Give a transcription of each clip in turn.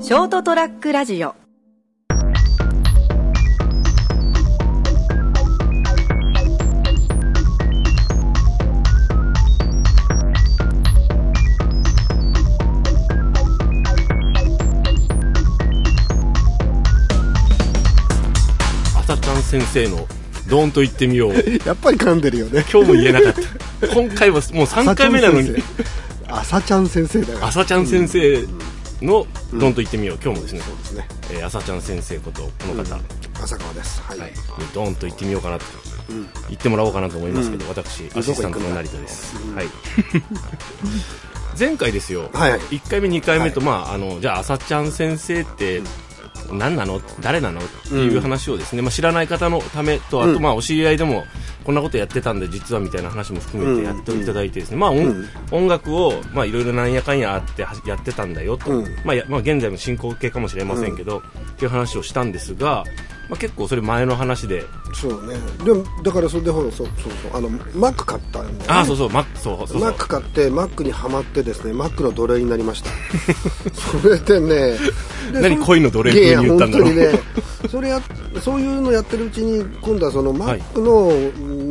ショートトラックラジオあたちゃん先生のドーンと言ってみよう やっぱり噛んでるよね今日も言えなかった今回はもう3回目なのに朝ちゃん先生だよあさちゃん先生のドーンと言ってみよう今日もですねそうですねえーあさちゃん先生ことこの方、浅川ですはい、はい、ドーンと言ってみようかなと、言ってもらおうかなと思いますけど、私アシスタントの成田です、はい 前回ですよ、はいはい1回目2回目と、まああのじゃああさちゃん先生って、何なの誰なのっていう話をですね、まあ、知らない方のためとあとまあお知り合いでもこんなことやってたんで実はみたいな話も含めてやっていただいてですね、まあ、音音楽をまあいろいろなんやかんやあってはやってたんだよと、うんまあやまあ、現在も進行形かもしれませんけど、っていう話をしたんですが、まあ、結構それ前の話でそうねでもだからそれでほらそうそうそうあのマック買ったんだよああそうそうマックそうそうそうマック買ってマックにはまってですねマックの奴隷になりました それでねで何その恋の奴隷風に言ったんだろういやいや本当にねそれやそういうのやってるうちに今度はそのマックの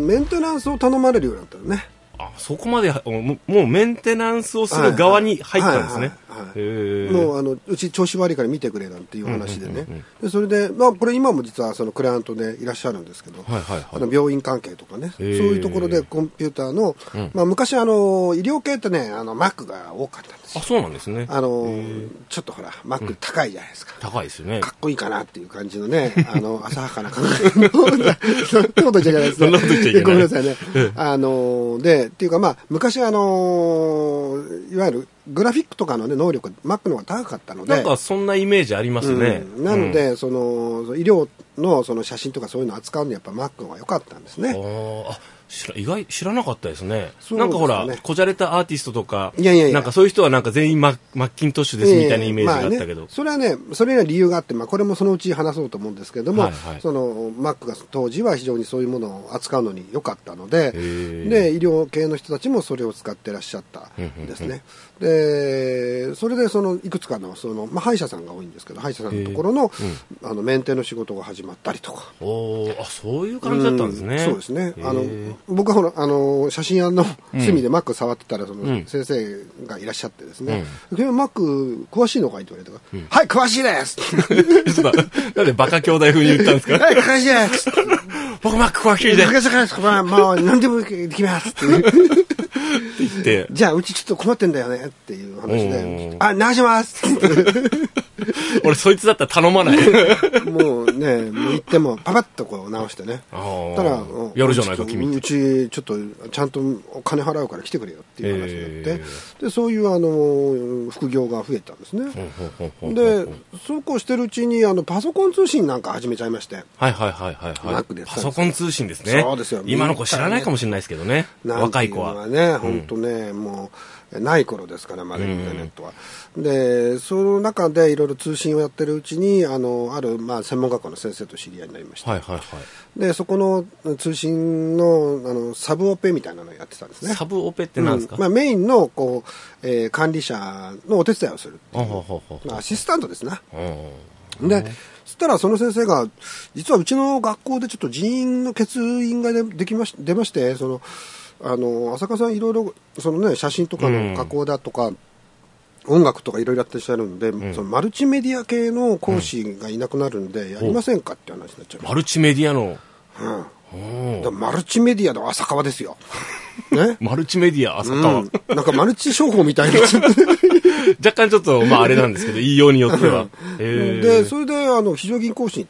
メンテナンスを頼まれるようになったのね、あそこまでおももうメンテナンスをする側に入ったんですねはいはいはいはいへえもうあのうち調子悪いから見てくれなんていう話でね、でそれで、まあ、これ今も実はそのクライアントでいらっしゃるんですけど、はいはいはいあの病院関係とかね、そうへーいうところでコンピューターの、まあ、昔あの医療系ってねあのマックが多かったんですあよそうなんですねあのちょっとほらマック高いじゃないですか、高いですよねかっこいいかなっていう感じ のね、あの、浅はかな考えの、そんなこと言っちゃいけないですね。そんなこと言っちゃいけない やごめんなさいね。あの、で、っていうかまあ、昔あの、いわゆるグラフィックとかのね、能力、Mac の方が高かったので。なんかそんなイメージありますね、うんなので、その医療のその写真とかそういうのを扱うのにやっぱ Mac の方が良かったんですあね。ーあ知ら意外知らなかったですねそうですねなんかほらこじゃれたアーティストとかいやいやいやなんかそういう人はなんか全員ママッキントッシュですみたいなイメージがあったけまど、ね、それはね、それには理由があって、まあ、これもそのうち話そうと思うんですけれども、はいはいその Mac が当時は非常にそういうものを扱うのに良かったので、ーで医療系の人たちもそれを使ってらっしゃったんですね。で、それでそのいくつかのその、まあ、歯医者さんが多いんですけど、歯医者さんのところの,、あのメンテの仕事が始まったりとか。おーあそういう感じだったんですね、うんそうですねへ。ーあの、 僕はほら、あの、写真屋の趣味でマック触ってたら、そんの、先生がいらっしゃってですね、君はマック詳しいのかいって言われたから、はい、詳しいです ちょっとなんでバカ兄弟風に言ったんですかはい、詳しいです僕マックコアキーで昔からですまあ、まあ、何でもできますっていう ってじゃあ、うちちょっと困ってんだよねっていう話うで、んあ、直しますって俺そいつだったら頼 まないもうね、もう言っても、パパッとこう直してね。あーたら、うんやるじゃないか君ってうち、ちょっと、ちゃんとお金払うから来てくれよっていう話になってえ、で、そういう、あの、副業が増えたんですね。で、そうこうしてるうちに、あの、パソコン通信なんか始めちゃいまして、はいはいはいはいはマいックでパソコン通信ですねそうですよ今の子知らないかもしれないですけどねなんて若いいう子のはね、本当ね、もう、ない頃ですから、まだインターネットは。で、その中でいろいろ通信をやってるうちに、あの、ある、まあ、専門学校の先生と知り合いになりました。はいはいはいでそこの通信のあのサブオペみたいなのをやってたんですね。サブオペって何ですか、うんまあ、メインのこう、えー管理者のお手伝いをするっていあほうほうほうう、まあ、アシスタントですね。うんでそしたらその先生が実はうちの学校でちょっと人員の欠員がでできまし出ましてそのあの浅香さんいろいろその、ね、写真とかの加工だとか、音楽とかいろいろやってらっしゃるんで、そのマルチメディア系の講師がいなくなるんで、やりませんかって話になっちゃいましマルチメディアのた。うんうんだからマルチメディアの浅 川ですよ。ね。マルチメディア浅う川、ん、なんかマルチ商法みたいな。 若干ちょっとまああれなん ですけど言いようによっては、えー、で、それで、あの、非常勤講師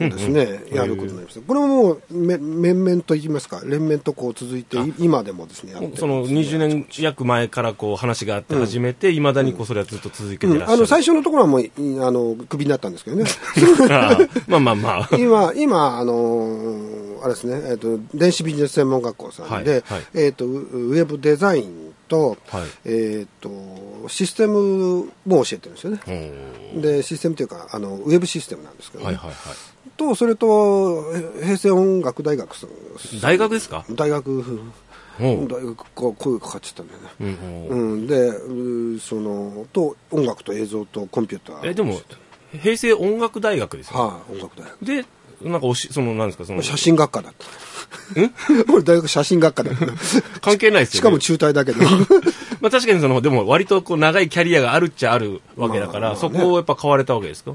をですね、やることになりました。これももう、め、面々と言いますか、連綿とこう続いて、い今でもですね、やってるその20年約前からこう話があって始めていま、未だにこうそれはずっと続けてらっしゃる、あの、最初のところはもう、いあの、クビになったんですけど ね。あーまあまあまあ 今、今、あのーあれですね、えっ、と、電子ビジネス専門学校さんで、はいはいえっ、と、ウウェブデザインと、はいえっ、と、システムも教えてるんですよね。うんでシステムというかあのウェブシステムなんですけど、ねはいはいはとそれとへ平成音楽大学い大学ですか大学おう大学から声がかかっちゃったんだよね、うんおううん、でうーそのと音楽と映像とコンピューターえでも平成音楽大学ですよ、はい、音楽大学でなんかおしそのなんですかその写真学科だった 俺大学写真学科だった 関係ないですよ、ね、しかも中退だ けどまあ確かにその、でも割とこう長いキャリアがあるっちゃあるわけだから、まあまあねそこをやっぱ買われたわけですか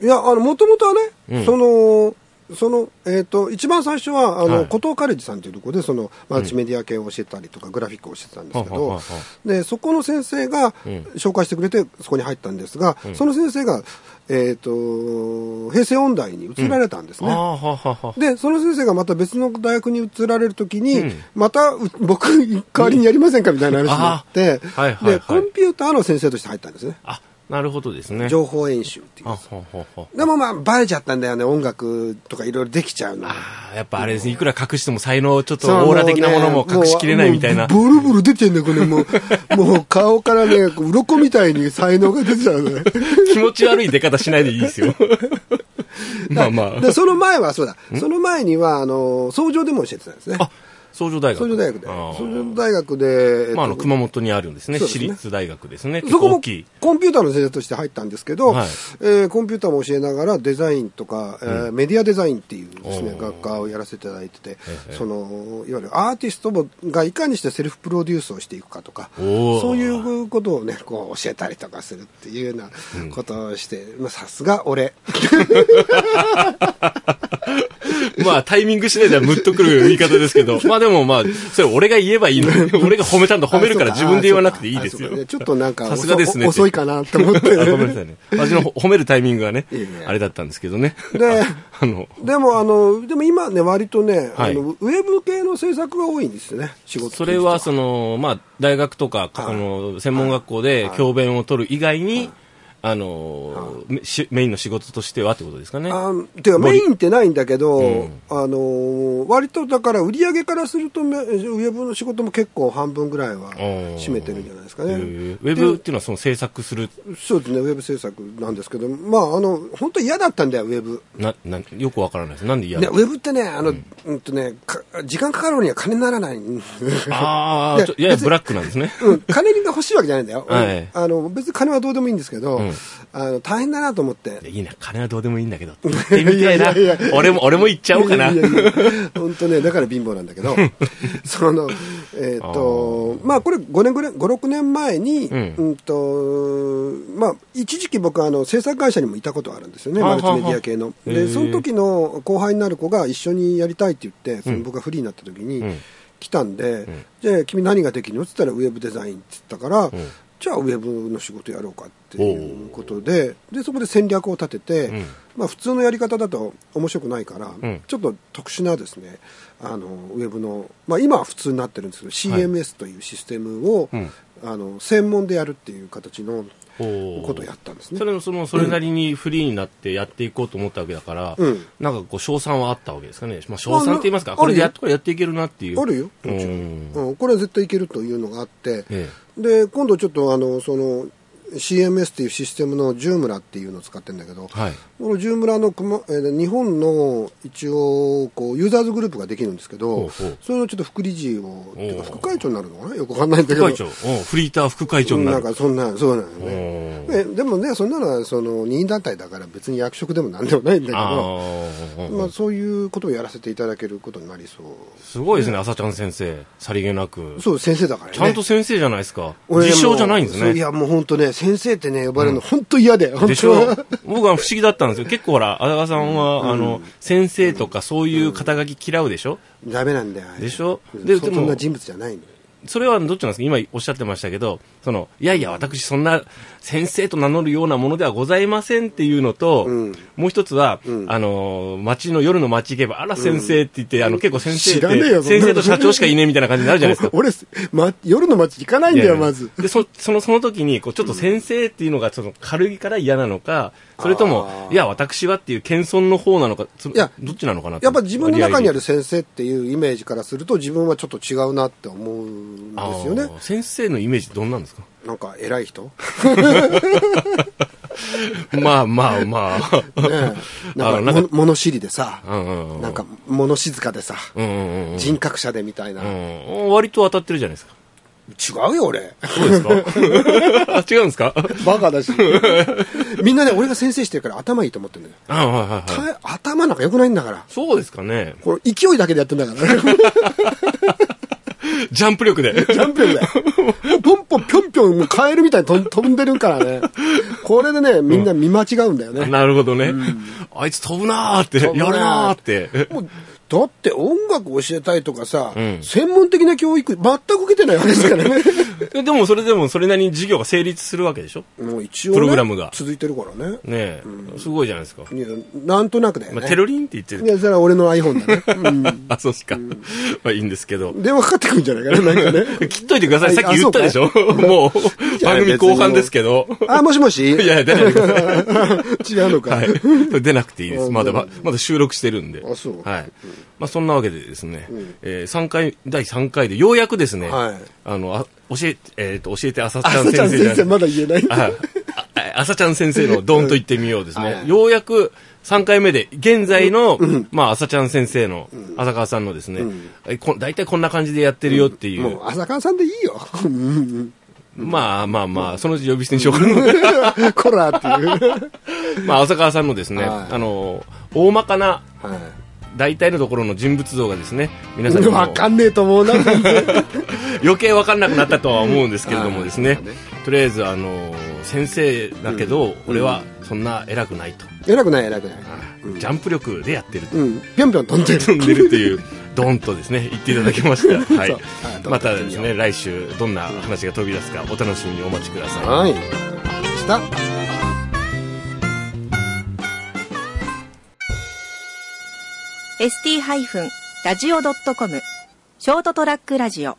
いやあのもともとはね、うんそのそのえー、と一番最初はあの、はい後藤カレッジさんというところでそのマルチメディア系を教えたりとか、グラフィックを教えてたんですけはははどはでそこの先生がうん紹介してくれてそこに入ったんですが、その先生が、えー、と平成音大に移られたんですあね、あ、ははは。でその先生がまた別の大学に移られるときに、うんまたう僕代わりにやりませんかみたいな話になって、あーはいはいはいでコンピューターの先生として入ったんですねあ、なるほどですね。情報演習っていうあははは。でもまあバレちゃったんだよね音楽とかいろいろできちゃうのあーやっぱあれですね、いくら隠しても才能、ちょっとオーラ的なものもそう隠ねしきれないみたいな。もうもうボロボロ出てんだよこれも うもう顔からね鱗みたいに才能が出てたのね気持ち悪い出方しないでいいです よ。まあまあ。でその前はそうだその前にはあの創業でも教えてたんですねあ、創業大学。創業大学であー創業大学で、えっとまあ、あの、熊本にあるんですね。そうです私ね立大学ですね。そこも大きい。コンピューターの先生として入ったんですけど、はいえーコンピューターも教えながらデザインとか、えーメディアデザインっていうです、ねお、ー学科をやらせていただいてて、えそのいわゆるアーティストもがいかにしてセルフプロデュースをしていくかとか、おーそういうことを、ね、こう教えたりとかするっていうようなことをして、まあさすが俺、 まあ、タイミング次第ではムッとくる言い方ですけ ど、まあでもまあ、それ俺が言えばいいのに、俺が褒めたん だ褒めるからあ自そう分で言わなくていいですあそうかよ。ちょっとなんか さすがですね遅遅いかなと思って あ。ごめんなさいね。私の褒めるタイミングがねいえいえ、あれだったんですけどね。であの、でもあのでも今ね割とね、はいあのウェブ系の制作が多いんですよね仕事としてそれはその、まあ、大学とか、はいあの、専門学校で教鞭を取る以外に、あの、めしメインの仕事としてはってことですかね。あーていうか森メインってないんだけど、うんあのー割とだから売り上げからするとめウェブの仕事も結構半分ぐらいはー占めてるんじゃないですかへね。ーウェブっていうのはその制作する、でそうですねウェブ制作なんですけど、まあ、あの本当に嫌だったんだよウェブ。な、な、よくわからないです。なんで嫌ね、だウェブってねあの、うんとねか時間かかるには金にならない。ああ、ちょややブラックなんですね。うん、金が欲しいわけじゃないんだよ、 はいあの別に金はどうでもいいんですけど、うんあの大変だなと思っていやいいな、金はどうでもいいんだけど。言ってみたいな。いやいやいや俺も、俺も行っちゃおうかな。いやいやいや本当ね、だから貧乏なん だけど、その、えっ、と、まあこれ5年ぐらい、5、6年前に、うんうんと、まあ一時期僕はあの制作会社にもいたことあるんですよね、はあはマルあチメディア系の。へえで、その時の後輩になる子が一緒にやりたいって言って、その僕がフリーになった時に、うん来たんで、じゃあ君何ができるのって言ったらウェブデザインって言ったから、じゃあウェブの仕事やろうかっていうことででそこで戦略を立てて、うんまあ、普通のやり方だと面白くないから、んちょっと特殊なですねあのウェブの、まあ、今は普通になってるんですけど CMS というシステムを、うんあの専門でやるっていう形のおーことをやったんですねそ。れもそのそれなりにフリーになってやっていこうと思ったわけだから、うんなんかこう賞賛はあったわけですかね、まあ、賞賛って言いますか、あなこれでやあっるこれやっていけるなっていうあるようもちろんうん、これは絶対いけるというのがあって、えで今度ちょっとあのその CMS っていうシステムのジュームラっていうのを使ってるんだけど、はいこのジュームラのくま、えー日本の一応こうユーザーズグループができるんですけどほうほうそれのちょっと副理事をっていうかおう副会長になるのかなよくわかんないんだ副けど会長おうフリーター副会長にななんるかそんなそうなんよねおうえでもねそんなのはその任意団体だから別に役職でもなんでもないんだけあどーまあ、そういうことをやらせていただけることになりそうすごいですね、朝ちゃん先生さりげなくそう先生だからねちゃんと先生じゃないですか、俺自ね称じゃないんですもうそういねや、もう本当ね、先生ってね、呼ばれるの本当嫌で、本でしょ当僕は不思議だったんですよ結構ほら荒川さんは、あの先生とかそういう肩書き嫌うでしょ ダメなんだよ。あれでしょうんでそでもそんな人物じゃないの。それはどっちなんですか今おっしゃってましたけど、その、いやいや、私そんな先生と名乗るようなものではございませんっていうのと、うんもう一つは、うんあの、街の夜の街行けば、あら先生って言って、あの、結構先生っ知らねえよて、そんな先生との社長しかいねえみたいな感じになるじゃないですか。俺、ま、夜の街行かないんだいやよ、いやまず。で、そ その、その時に、こう、ちょっと先生っていうのが、その、軽いから嫌なのか、それともあ、ーいや、私はっていう謙遜の方なのか、そいやどっちなのかなってやっぱ自分の中にある割合で先生っていうイメージからすると、自分はちょっと違うなって思うんですよねあ。ー先生のイメージどんなんですかなんか偉い人 まあまあま あ。ねえなあんなかんかも物知りでさ、うんうんうんなんか物静かでさ、うんうんうん人格者でみたいな。うん。割と当たってるじゃないですか。違うよ、俺。 そうですか違うんですかバカ だし。みんなね、俺が先生してるから頭いいと思ってるんだよ。あはいはいはい。た頭なんか良くないんだから。そうですかね。これ勢いだけでやってんだからね。ジャンプ力で。チャンピオンだよ。もうポンポンぴょんぴょん、もうカエルみたいに飛ん飛んでるからね。これでね、みんな見間違うんだよ ね。なるほどね。あいつ飛ぶなーって、や飛るぶなーなーって。もうだって音楽教えたいとかさ、ん専門的な教育全く受けてないわけですから ね。えでもそれでもそれなりに授業が成立するわけでしょもう一応、ね、プログラムが続いてるからね。ねえ、すごいじゃないですか。いやなんとなくだよね。まあ、テロリンって言っていや、それは俺の iPhone だね。 あ、そうっすか。まあいいんですけどう。ん電話かかってくるんじゃない かな、なんかね。切っといてください。あさっき言ったでしょ もう、じゃあ番組後半ですけど。 あ、もしもしい やいや、出ないでください。違うのか。はい。出なくていいです。あまだ、なまるまだ収録してるんで。あそうはい。まあ、そんなわけでですね、えー、三回、第3回で、ようやくですね、はいあの、あ教え、えっ、と、教えて、朝ちゃあんさちゃ先生んじゃ先な生いまだ言えない。ああ朝ちゃん先生のドンと言ってみようですね。はいようやく3回目で、現在の、まあ、朝ちゃん先生の、浅川さんのですね、えこ大体こんな感じでやってるよっていう、もう、浅川さんでいいよ。うんうんまあまあまあ、そのうち呼び捨てにしようかな。うん こらっていう。まあ、浅川さんのですね、はいあの、大まかな、は大体のところの人物像がですね、皆さんい。にもわかんねえと思うな。余計分かんなくなったとは思うんですけれどもですねうんとりあえずあの先生だけど、俺はそんな偉くないと、偉くない、偉くない。ジャンプ力でやってると、うん。ぴょんぴょん飛んで飛る。んでるっていうドンとですね言っていただきました、 はいそうはいまたですね来週どんな話が飛び出すかお楽しみにお待ちください、はい。でした。 ST-radio.com ショートトラックラジオ